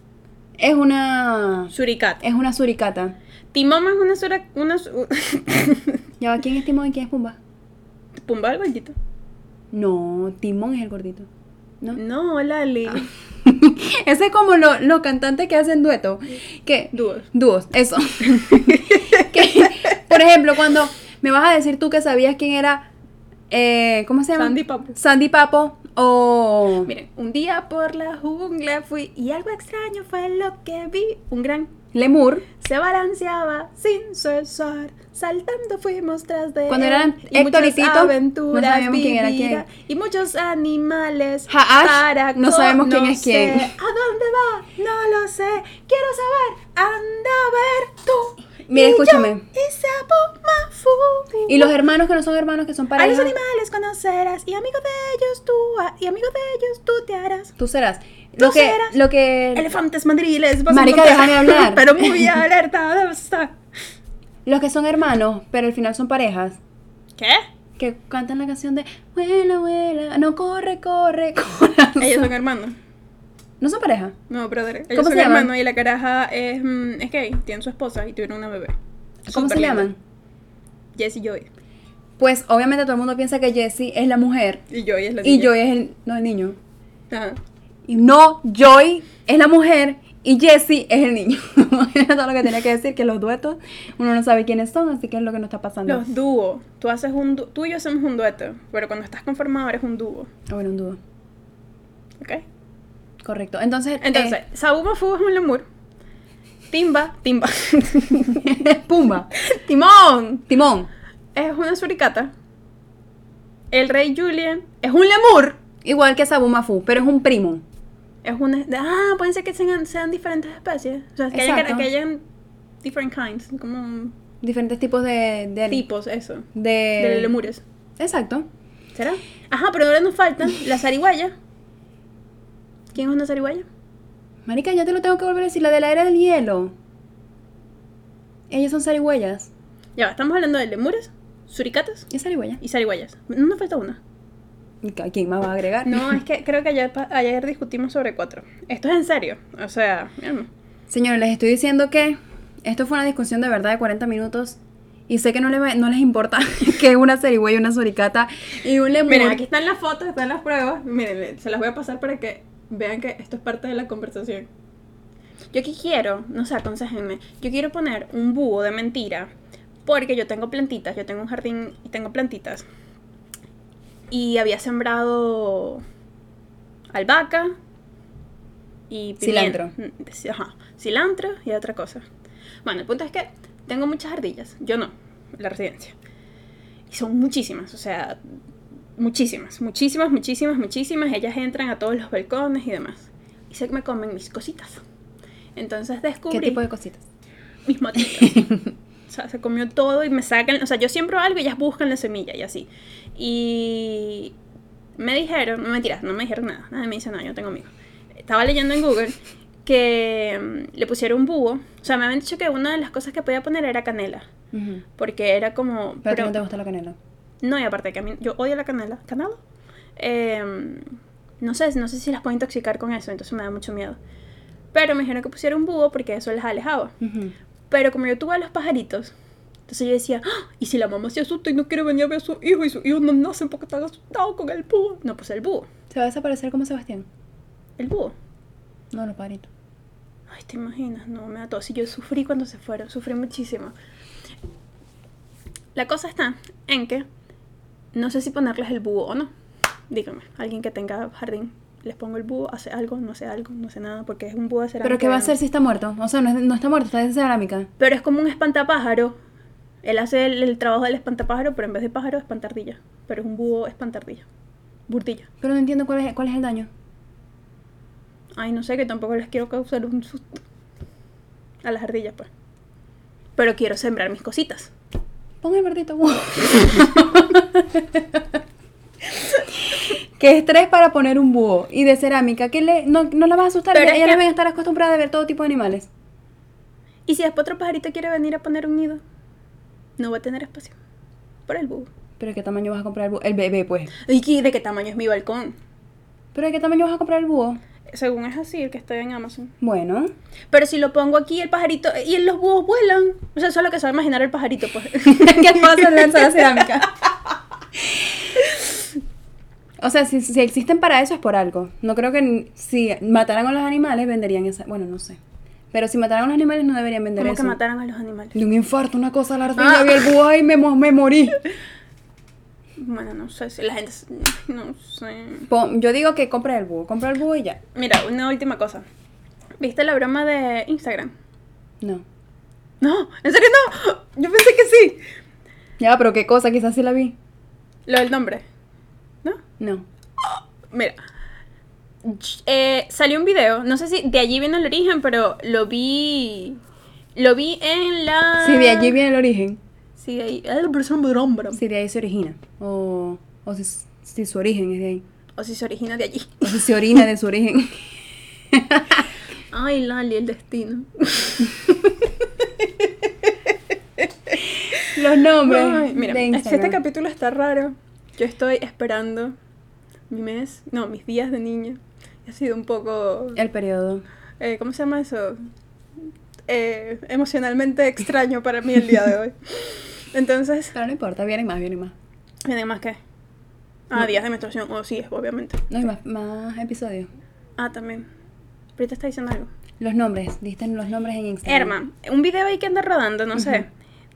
B: Es una.
A: Suricata.
B: Es una suricata.
A: Timón es una sura... Una su-
B: Ya, va, ¿quién es Timón y quién es Pumba?
A: [LAUGHS] Pumba el gordito.
B: No, Timón es el gordito. ¿No?
A: No, Lali.
B: [LAUGHS] Ese es como lo- los cantantes que hacen dueto. Que.
A: Dúos.
B: Dúos, eso. [LAUGHS] Que, por ejemplo, cuando me vas a decir tú que sabías quién era. eh, ¿Cómo se llama?
A: Sandy Papo.
B: Sandy Papo o.
A: Miren, un día por la jungla fui y algo extraño fue lo que vi. Un gran
B: Lemur.
A: se balanceaba sin cesar. Saltando fuimos tras de
B: Cuando
A: él,
B: eran
A: y
B: Héctor y
A: muchas
B: Tito, no
A: aventuras
B: sabíamos quién era
A: vivirá, y muchos animales
B: Ja, Ash,
A: para
B: no sabemos quién es quién.
A: conocer. ¿A dónde va? No lo sé. Quiero saber. Anda a ver tú.
B: Mira,
A: Y yo,
B: escúchame.
A: y Sapo Mafu.
B: Y los hermanos que no son hermanos, que son
A: A los
B: parejas.
A: animales conocerás y amigo de ellos tú ha- y amigo de ellos tú te harás.
B: Tú serás. Lo que,
A: serás.
B: lo que,
A: Elefantes madriles. vas a
B: Marica,
A: encontrar,
B: déjame hablar.
A: [LAUGHS] Pero muy alerta. basta.
B: Los que son hermanos, pero al final son parejas.
A: ¿Qué?
B: Que cantan la canción de Vuela, vuela, no corre, corre, [LAUGHS] corazón.
A: Ellos son hermanos.
B: No son pareja.
A: No, brother. Ellos
B: ¿Cómo
A: son
B: se llaman?
A: hermanos y la caraja es, mm, es gay. Tiene su esposa y tuvieron una bebé. Súper
B: ¿Cómo se
A: linda.
B: llaman?
A: Jess y Joy.
B: Pues obviamente todo el mundo piensa que Jessie es la mujer
A: Y Joy es la
B: y
A: niña.
B: Joy es el, no, el niño.
A: Ajá.
B: Y no, Joy es la mujer y Jessie es el niño. [LAUGHS] Era todo lo que tenía que decir, que los duetos, uno no sabe quiénes son, así que es lo que nos está pasando.
A: Los dúos. Tú, haces un du- tú y yo hacemos un dueto. Pero cuando estás conformado eres un dúo.
B: Ah, bueno, un dúo.
A: ¿Ok?
B: Correcto. Entonces, eh,
A: Entonces,
B: [LAUGHS]
A: Sabu Mafu es un lemur. Timba.
B: [LAUGHS]
A: Timba.
B: eh, Pumba,
A: Timón.
B: Timón.
A: Es una suricata. El rey Julian es un lemur.
B: Igual que Sabumafu, pero es un primo.
A: Es una. de- Ah, pueden ser que sean, sean diferentes especies. O sea, que
B: Exacto.
A: hayan, que hayan different kinds, como
B: Diferentes tipos de. de
A: tipos, eso.
B: De,
A: De lemures.
B: Exacto.
A: ¿Será? Ajá, pero ahora nos faltan la zarigüeya. ¿Quién es una zarigüeya?
B: Marica, ya te lo tengo que volver a decir, la de la era del hielo. Ellas son zarigüeyas.
A: Ya, va, estamos hablando de lemures, suricatas
B: ¿Es zarigüeya?
A: y zarigüeyas. No nos falta una.
B: ¿Y ca- ¿Quién más va a agregar?
A: No, es que creo que ayer, pa- ayer discutimos sobre cuatro. Esto es en serio. O sea, mi alma.
B: Señores, les estoy diciendo que esto fue una discusión de verdad de 40 minutos Y sé que no, le va- no les importa [LAUGHS] que una serigüeya, una suricata y un lemur.
A: Miren, aquí están las fotos, están las pruebas. Miren, se las voy a pasar para que vean que esto es parte de la conversación. Yo aquí quiero, no sé, aconsejenme. Yo quiero poner un búho de mentira. Porque yo tengo plantitas, yo tengo un jardín y tengo plantitas. Y había sembrado albahaca y pimienta. Cilantro. Ajá, cilantro y otra cosa. Bueno, el punto es que tengo muchas ardillas. Yo no, en la residencia. Y son muchísimas, o sea, muchísimas, muchísimas, muchísimas, muchísimas. Ellas entran a todos los balcones y demás. Y se me comen mis cositas. Entonces descubrí
B: ¿Qué tipo de cositas?
A: mis
B: [LAUGHS]
A: matitas. o sea, se comió todo y me sacan. O sea, yo siembro algo y ellas buscan la semilla y así. Y me dijeron, no mentiras, no me dijeron nada. Nadie me dice, no, yo tengo amigos. Estaba leyendo en Google que mm, le pusieron un búho. O sea, me habían dicho que una de las cosas que podía poner era canela.
B: Ujú.
A: Porque era como.
B: Pero, a ti
A: pero-
B: no te gusta la canela.
A: no, y aparte que a mí, yo odio la canela. ¿Canela? Em, no sé, no sé si las puedo intoxicar con eso, entonces me da mucho miedo. Pero me dijeron que pusiera un búho porque eso les alejaba.
B: Ujú.
A: Pero como yo tuve a los pajaritos, entonces yo decía, "¡Ah! ¿y si la mamá se asusta y no quiere venir a ver a su hijo y sus hijos no nacen porque están asustados con el búho? No, pues el búho,
B: ¿Se va a desaparecer como Sebastián?
A: el búho.
B: No, los pajaritos.
A: Ay, te imaginas, no, me da todo. Si yo sufrí cuando se fueron, sufrí muchísimo. La cosa está en que no sé si ponerles el búho o no. Díganme, alguien que tenga jardín, les pongo el búho, hace algo, no hace algo, no hace nada, porque es un búho de cerámica.
B: ¿Pero qué va a
A: ¿no?
B: hacer si está muerto? O sea, no, es- no está muerto, está de cerámica.
A: Pero es como un espantapájaro. Él hace el, el trabajo del espantapájaro, pero en vez de pájaro, espantardilla. Pero es un búho espantardilla. Burdilla.
B: Pero no entiendo cuál es, cuál es el daño.
A: Ay, no sé, que tampoco les quiero causar un susto. A las ardillas, pues. Pero quiero sembrar mis cositas.
B: Pon el verdito. [LAUGHS] que estrés para poner un búho y de cerámica. Que le, no, no la vas a asustar.
A: Pero
B: Pero
A: es
B: ella
A: que-
B: deben estar acostumbrada a ver todo tipo de animales.
A: Y si después otro pajarito quiere venir a poner un nido, no va a tener espacio. Por el búho.
B: Pero ¿de qué tamaño vas a comprar el búho? El bebé, pues.
A: ¿Y qué- de qué tamaño es mi balcón?
B: ¿Pero de qué tamaño vas a comprar el búho?
A: Según es así, el que está en Amazon.
B: Bueno.
A: Pero si lo pongo aquí, el pajarito. Y los búhos vuelan. O sea, eso es lo que se va a imaginar el pajarito, pues.
B: [LAUGHS] [LAUGHS] ¿Qué pasa en la cerámica? O sea, si, si existen para eso es por algo. No creo que n- si mataran a los animales venderían esa... Bueno, no sé. Pero si mataran a los animales no deberían vender
A: [LAUGHS] Como
B: eso.
A: que mataran a los animales.
B: De un infarto, una cosa, la ardilla,
A: Ah.
B: vi el búho y me, mo- me morí.
A: Bueno, no sé si la gente. No sé.
B: Pon- yo digo que compra el búho, compra el búho y ya.
A: Mira, una última cosa. ¿Viste la broma de Instagram?
B: No.
A: No, en serio no. Yo pensé que sí.
B: Ya, pero qué cosa, quizás sí la vi.
A: Lo del nombre. ¿No?
B: No.
A: Mira, ch- eh, salió un video, no sé si de allí viene el origen, pero lo vi. Lo vi en la.
B: Si de allí viene el origen,
A: Sí, de ahí. Ah, la persona del hombre.
B: si de ahí se origina, o, o si, si su origen es de ahí,
A: O si se origina de allí.
B: o si se orina de su origen.
A: Ay, Lali, el
B: [LAUGHS]
A: destino.
B: [LAUGHS] Los nombres
A: Ay, mira,
B: de
A: es que este
B: Instagram.
A: capítulo está raro. Yo estoy esperando mi mes, no, mis días de niña. Ha sido un poco.
B: El periodo.
A: eh, ¿Cómo se llama eso? Eh, emocionalmente extraño para mí el día de
B: [LAUGHS]
A: hoy. Entonces,
B: Pero no importa, vienen más, vienen más.
A: ¿Vienen más qué? Ah, días de menstruación. Oh, sí, obviamente.
B: No hay más, más episodios.
A: Ah, también. Pero te está diciendo algo.
B: Los nombres, diste los nombres en Instagram.
A: Herman, un video ahí que anda rodando, no sé,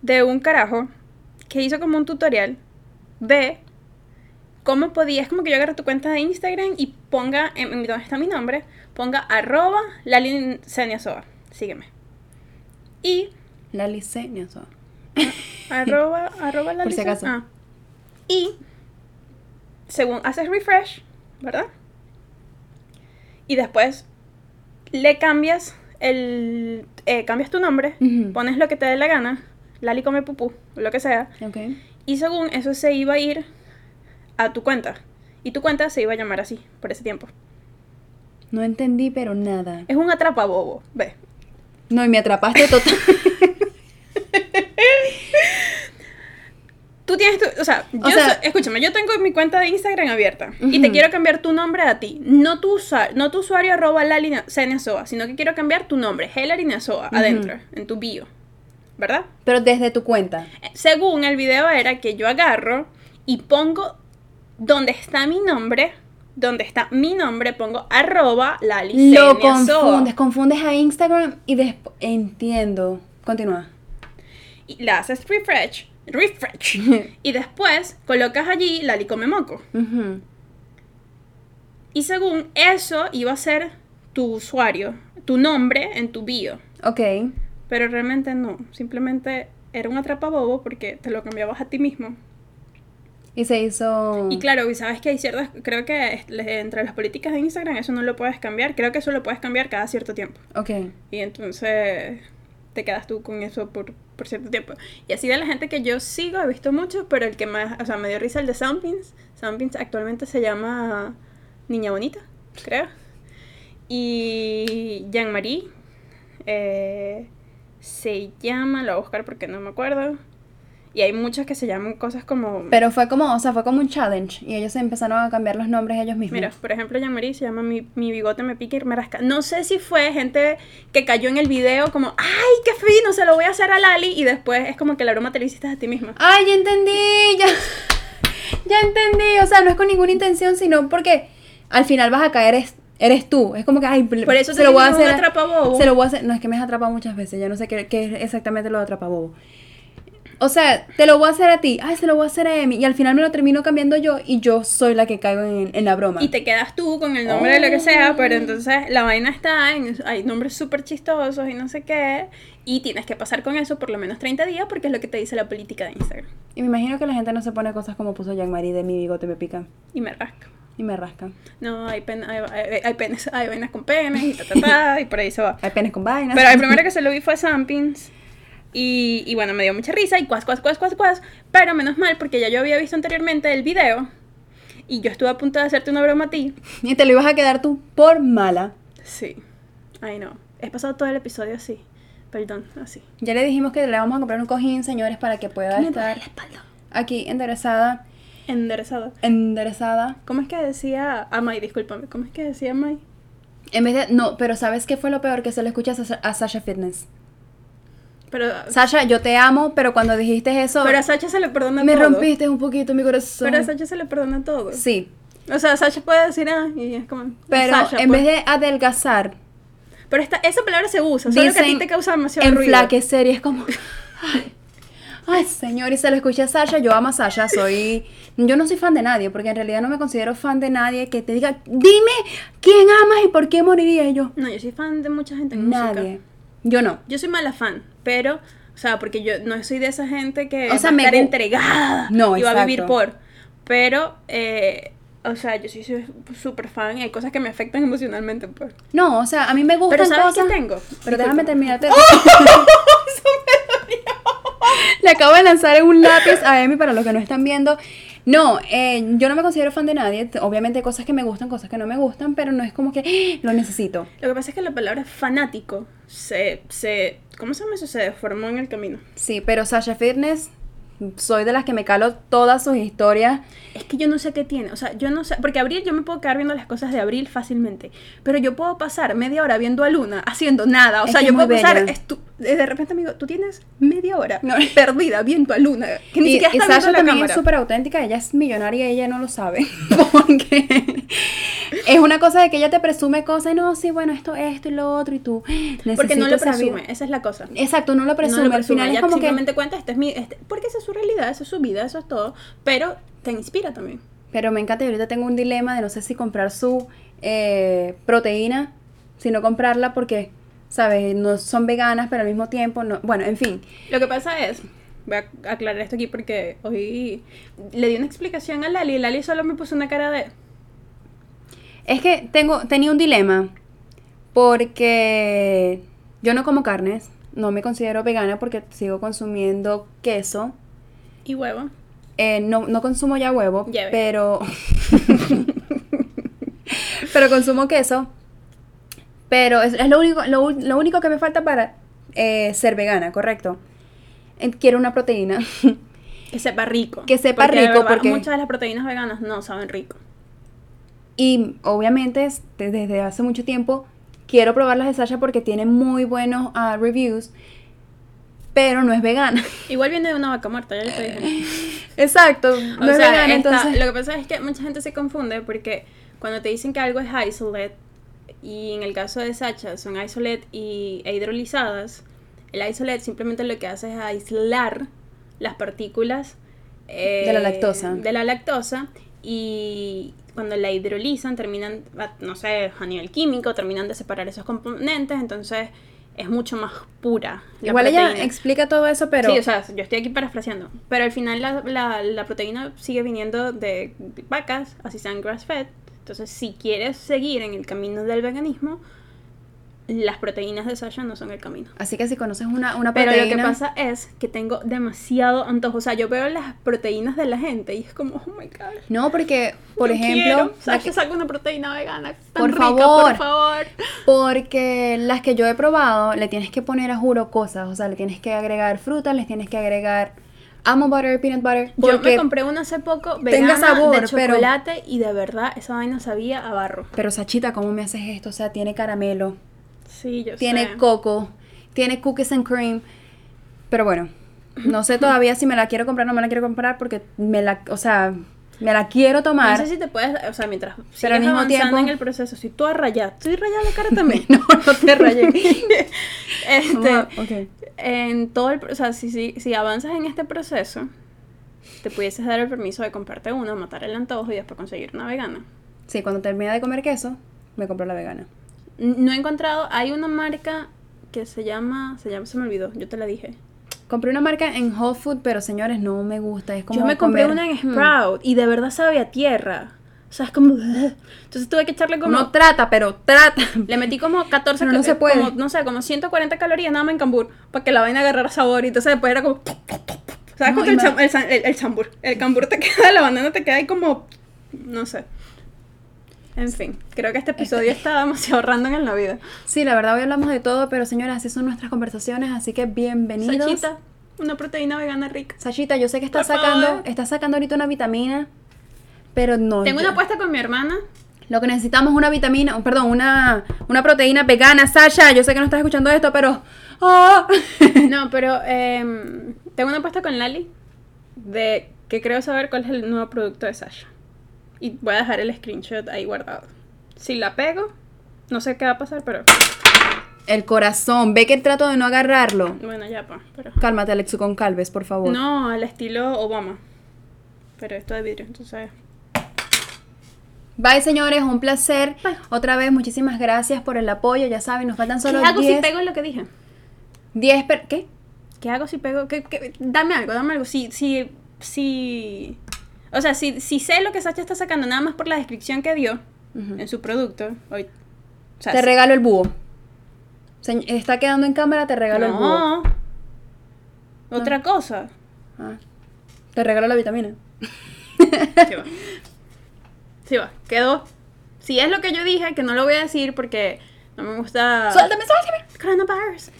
A: de un carajo que hizo como un tutorial de cómo podías, como que yo agarro tu cuenta de Instagram y ponga, en, en donde está mi nombre, ponga arroba Lali Seniasova. Sígueme. Y
B: La liceña. [LAUGHS] o sea.
A: Arroba, arroba la
B: Por si
A: lista.
B: acaso.
A: Ah. Y según haces refresh, ¿verdad? Y después le cambias el eh, cambias tu nombre,
B: Ujú.
A: pones lo que te dé la gana, Lali come pupú, o lo que sea,
B: Ok.
A: y según eso se iba a ir a tu cuenta. Y tu cuenta se iba a llamar así por ese tiempo.
B: No entendí, pero nada.
A: Es un atrapabobo, ve.
B: No, y me atrapaste total.
A: [LAUGHS] Tú tienes tu, o sea, yo
B: O sea-
A: so- escúchame, yo tengo mi cuenta de Instagram abierta y te
B: Ujú.
A: quiero cambiar tu nombre a ti, no tu usuario, no tu usuario arroba Lali Na- Senesoa, sino que quiero cambiar tu nombre, Helary Nasoa,
B: Ujú.
A: adentro, en tu bio. ¿verdad?
B: Pero desde tu cuenta.
A: Eh, Según el video era que yo agarro y pongo donde está mi nombre, donde está mi nombre, pongo arroba la Licenia
B: Lo
A: Soa.
B: confundes, confundes a Instagram y después. Entiendo. Continúa.
A: Y le haces refresh,
B: [LAUGHS]
A: refresh. y después colocas allí la Come Moco.
B: Ujú.
A: Y según eso iba a ser tu usuario, tu nombre en tu bio.
B: Ok.
A: Pero realmente no, simplemente era un atrapabobo porque te lo cambiabas a ti mismo.
B: Y se hizo.
A: Y claro, y sabes que hay ciertas, creo que es- le- entre las políticas de Instagram eso no lo puedes cambiar, creo que eso lo puedes cambiar cada cierto tiempo.
B: Ok.
A: Y entonces te quedas tú con eso por, por cierto tiempo. Y así de la gente que yo sigo, he visto muchos, pero el que más, o sea, me dio risa el de Sampins. Sampins actualmente se llama Niña Bonita, creo. Y Jean-Marie eh, se llama, lo voy a buscar porque no me acuerdo. Y hay muchos que se llaman cosas como...
B: Pero fue como, o sea, fue como un challenge. Y ellos se empezaron a cambiar los nombres ellos mismos.
A: Mira, por ejemplo, Jean-Marie se llama mi, mi bigote me pica y me rasca. No sé si fue gente que cayó en el video como, ¡ay, qué fino! Se lo voy a hacer a Lali. Y después es como que la broma te lo hiciste a ti misma.
B: ¡Ay, ya entendí! Ya, ya entendí. O sea, no es con ninguna intención, sino porque al final vas a caer, es- eres tú. Es como que, ay,
A: Por eso
B: se
A: te
B: lo voy a
A: digo que es
B: hacer.
A: un atrapabobo.
B: Se lo voy a hacer. No, es que me has atrapado muchas veces. Ya no sé qué, qué es exactamente lo de atrapabobo. O sea, te lo voy a hacer a ti. Ay, se lo voy a hacer a Emi. Y al final me lo termino cambiando yo y yo soy la que caigo en, en la broma.
A: Y te quedas tú con el nombre de lo que
B: Oh.
A: sea, pero entonces la vaina está en. Hay nombres súper chistosos y no sé qué. Y tienes que pasar con eso por lo menos 30 días porque es lo que te dice la política de Instagram.
B: Y me imagino que la gente no se pone cosas como puso Jean-Marie de mi bigote me pica
A: Y me rasca.
B: y me rasca.
A: No, hay, pen- hay, hay- hay penes, hay vainas con penes y ta, ta, ta, y por ahí se va.
B: Hay penes con vainas. [LAUGHS]
A: Pero el primero que se lo vi fue Sampins. Y, y bueno, me dio mucha risa y cuas, cuas, cuas, cuas, cuas. Pero menos mal, porque ya yo había visto anteriormente el video. Y yo estuve a punto de hacerte una broma a ti.
B: Y te lo ibas a quedar tú por mala.
A: Sí. Ay, no. He pasado todo el episodio así. Perdón, así.
B: Ya le dijimos que le vamos a comprar un cojín, señores, para que pueda estar
A: espalda.
B: aquí enderezada.
A: Enderezado.
B: Enderezada.
A: ¿Cómo es que decía. Amay, discúlpame. ¿Cómo es que decía Amay?
B: En vez de. No, pero ¿sabes qué fue lo peor? Que se lo escuchas a, Sa- a Sasha Fitness.
A: Pero,
B: Sasha, yo te amo, pero cuando dijiste eso.
A: pero a Sacha se le perdona
B: me
A: todo.
B: rompiste un poquito mi corazón.
A: Pero a Sacha se le perdona todo.
B: Sí.
A: O sea, Sacha puede decir, ah, y es como.
B: Pero
A: Sasha,
B: en
A: pues.
B: vez de adelgazar,
A: Pero esta, esa palabra se usa, solo que a ti
B: Dicen
A: te causa demasiado ruido.
B: enflaquecer y es como. [LAUGHS] Ay, ay, señor, y se lo escuché a Sasha. Yo amo a Sasha, soy. Yo no soy fan de nadie, porque en realidad no me considero fan de nadie que te diga, dime quién amas y por qué moriría yo.
A: No, yo soy fan de mucha gente en
B: Nadie.
A: música.
B: Yo no.
A: Yo soy mala fan, pero, o sea, porque yo no soy de esa gente que
B: O sea,
A: va a
B: me
A: estar
B: gu-
A: entregada
B: No,
A: y va a vivir
B: exacto.
A: por. Pero, eh, o sea, yo sí soy súper fan y hay cosas que me afectan emocionalmente. Pues.
B: No, o sea, a mí me gustan
A: Pero ¿sabes
B: cosas.
A: qué tengo?
B: Pero
A: Disculpa. [LAUGHS]
B: déjame
A: ¡Oh!
B: terminarte. Le acabo de lanzar un lápiz a Emi para los que no están viendo. No, eh, yo no me considero fan de nadie. T- Obviamente hay cosas que me gustan, cosas que no me gustan, pero no es como que "Ah, lo necesito.
A: Lo que pasa es que la palabra fanático se, se ¿cómo se llama eso? Se deformó en el camino.
B: Sí, pero Sasha Fitness, soy de las que me calo todas sus historias.
A: Es que yo no sé qué tiene, o sea, yo no sé, porque Abril yo me puedo quedar viendo las cosas de Abril fácilmente, pero yo puedo pasar media hora viendo a Luna haciendo nada, o
B: Es
A: sea,
B: que
A: yo
B: es muy
A: puedo pasar,
B: bella.
A: estu- eh, de repente amigo, tú tienes media hora
B: No.
A: [LAUGHS] perdida viendo a Luna, que ni
B: Y,
A: siquiera
B: y
A: está viendo
B: Sasha
A: la
B: también
A: cámara.
B: es súper auténtica, ella es millonaria y ella no lo sabe. [LAUGHS] Porque es una cosa de que ella te presume cosas, no, sí, bueno, esto, esto y lo otro, y tú.
A: porque no
B: necesito
A: lo
B: saber-
A: presume, esa es la cosa. No
B: Exacto, no lo
A: lo
B: presume. Al
A: presume,
B: final es
A: ella
B: como que.
A: simplemente cuenta, este es mi, este- porque esa es su realidad, esa es su vida, eso es todo, pero te inspira también.
B: Pero me encanta y ahorita tengo un dilema de no sé si comprar su eh, proteína, si no comprarla porque, ¿sabes? No son veganas, pero al mismo tiempo no. Bueno, en fin.
A: Lo que pasa es, voy a aclarar esto aquí porque hoy le di una explicación a Lali y Lali solo me puso una cara de...
B: Es que tengo, tenía un dilema porque yo no como carnes, no me considero vegana porque sigo consumiendo queso.
A: Y huevo.
B: Eh, no, no consumo ya huevo,
A: Ya veo.
B: pero. [LAUGHS] pero consumo queso. Pero es, es lo, único, lo, ul- lo único que me falta para eh, ser vegana, correcto. Eh, Quiero una proteína. [LAUGHS]
A: Que sepa rico.
B: Que sepa
A: de
B: rico,
A: verdad,
B: porque-
A: muchas de las proteínas veganas no saben rico.
B: y obviamente, es- de- desde hace mucho tiempo, quiero probar las de Sasha porque tienen muy buenos ah, reviews. pero no es vegana. [LAUGHS]
A: Igual viene de una vaca muerta, ya yo te dije.
B: Exacto, no
A: o
B: es
A: sea, esta-
B: vegana, entonces...
A: lo que pasa es que mucha gente se confunde porque cuando te dicen que algo es isolate, y en el caso de Sacha son isolate y, e hidrolizadas, el isolate simplemente lo que hace es aislar las partículas eh,
B: De la lactosa.
A: De la lactosa y cuando la hidrolizan terminan, a- no sé, a nivel químico, terminan de separar esos componentes, entonces es mucho más pura. la
B: Igual ella
A: proteína.
B: explica todo eso, pero...
A: Sí, o sea, yo estoy aquí parafraseando. Pero al final la, la- la proteína sigue viniendo de vacas, así sean grass-fed. Entonces, si quieres seguir en el camino del veganismo, las proteínas de Sasha no son el camino.
B: Así que si conoces una, una
A: Pero lo
B: proteína...
A: que pasa es que tengo demasiado antojo. O sea, yo veo las proteínas de la gente y es como, oh my god.
B: No, porque, por
A: yo
B: ejemplo,
A: quiero,
B: la
A: Sasha
B: que-
A: saca una proteína vegana tan
B: Por
A: rica,
B: favor.
A: por favor.
B: porque las que yo he probado, le tienes que poner a juro cosas, o sea, le tienes que agregar frutas, les tienes que agregar amo butter, peanut butter,
A: Yo me
B: porque
A: compré una hace poco
B: tenga
A: vegana
B: sabor,
A: de
B: pero-
A: chocolate y de verdad esa vaina sabía a barro.
B: pero Sachita, ¿cómo me haces esto? O sea, tiene caramelo,
A: Sí, yo
B: tiene
A: sé.
B: coco, tiene cookies and cream. Pero bueno, no sé todavía si me la quiero comprar o no me la quiero comprar porque me la, o sea, me la quiero
A: No
B: tomar. [LAUGHS]
A: sé si te puedes, o sea, mientras
B: Pero al
A: sigas
B: mismo
A: avanzando
B: tiempo-
A: en el proceso, si tú has rayado, estoy rayada la cara también.
B: [LAUGHS] No, no te rayes.
A: [LAUGHS] este,
B: Vamos a- ok.
A: en todo el, pro- o sea, si, si, si avanzas en este proceso, te pudieses dar el permiso de comprarte una, matar el antojo y después conseguir una vegana.
B: Sí, cuando termine de comer queso, me compro la vegana.
A: N- No he encontrado, hay una marca que se llama, se llama, se me olvidó, yo te la dije.
B: Compré una marca en Whole Food, pero señores, no me gusta. Es como
A: Yo me compré
B: comer,
A: una en
B: hmm,
A: Sprout y de verdad sabe a tierra. O sea, es como... [LAUGHS] Entonces tuve que echarle como...
B: Uno trata, pero trata. [LAUGHS]
A: Le metí como 14
B: Pero no
A: cal-
B: se puede.
A: como, no sé, como 140 calorías nada más en cambur para que la vaina agarrara sabor y entonces después era como ¿Sabes
B: No,
A: cuando el,
B: ima-
A: cham- el, san- el- el chambur? El cambur te [LAUGHS] queda, la banana te queda ahí como no sé. En fin, creo que este episodio está demasiado random en la vida.
B: Sí, la verdad hoy hablamos de todo, pero señoras, así son nuestras conversaciones, así que bienvenidos.
A: Sachita, una proteína vegana rica.
B: Sachita, yo sé que estás
A: Por
B: sacando,
A: favor.
B: estás sacando ahorita una vitamina, pero no.
A: Tengo una
B: yo-
A: apuesta con mi hermana.
B: Lo que necesitamos es una vitamina, oh, perdón, una, una proteína vegana, Sasha. Yo sé que no estás escuchando esto, pero. ¡Ah! [LAUGHS]
A: No, pero em, tengo una apuesta con Lali de que creo saber cuál es el nuevo producto de Sasha. Y voy a dejar el screenshot ahí guardado. Si la pego, no sé qué va a pasar, pero
B: El corazón, ve que trato de no agarrarlo.
A: bueno, ya pa. Pero...
B: Cálmate, Alexucon Calves, por favor.
A: No, al estilo Obama. Pero esto de vidrio, entonces.
B: Bye, señores, un placer. Otra vez, muchísimas gracias por el apoyo. Ya saben, nos faltan
A: ¿Qué
B: solo
A: hago si
B: 10.
A: pego lo que dije?
B: 10 per- ¿Qué?
A: ¿Qué hago si pego? ¿Qué- qué- Dame algo, dame algo. Si, si, si. O sea, si, si sé lo que Sasha está sacando, nada más por la descripción que dio en su producto. Hoy, o sea,
B: Te
A: si-
B: regalo el búho. Se- está quedando en cámara, te regalo el búho.
A: No. Otra
B: [LAUGHS]
A: cosa.
B: Ah. Te regalo la vitamina.
A: Sí va. Sí va. Quedó. Si es lo que yo dije, que no lo voy a decir porque no me gusta.
B: ¡Suéltame, suéltame!
A: Coronavirus.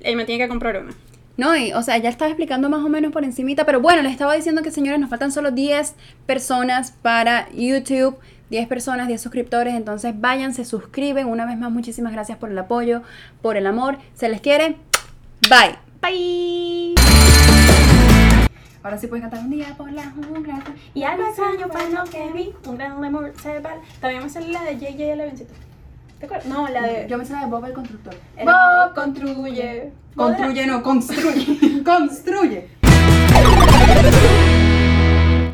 A: Él me tiene que comprar una.
B: No, y, o sea, ya estaba explicando más o menos por encimita, pero bueno, les estaba diciendo que, señores, nos faltan solo 10 personas para YouTube. 10 personas, 10 suscriptores, entonces vayan, se suscriben. Una vez más, muchísimas gracias por el apoyo, por el amor. Se les quiere. Bye.
A: Bye.
B: Ahora sí puedes cantar un día por la jungla.
A: Y al años fue lo que vi. Un gran lemur se va. También me sale la de JJ el avioncito. ¿Te acuerdas? No, la de.
B: Yo me sé la de Bob el constructor.
A: Eh, El Bob construye.
B: [LAUGHS] Construye, no, construye. construye.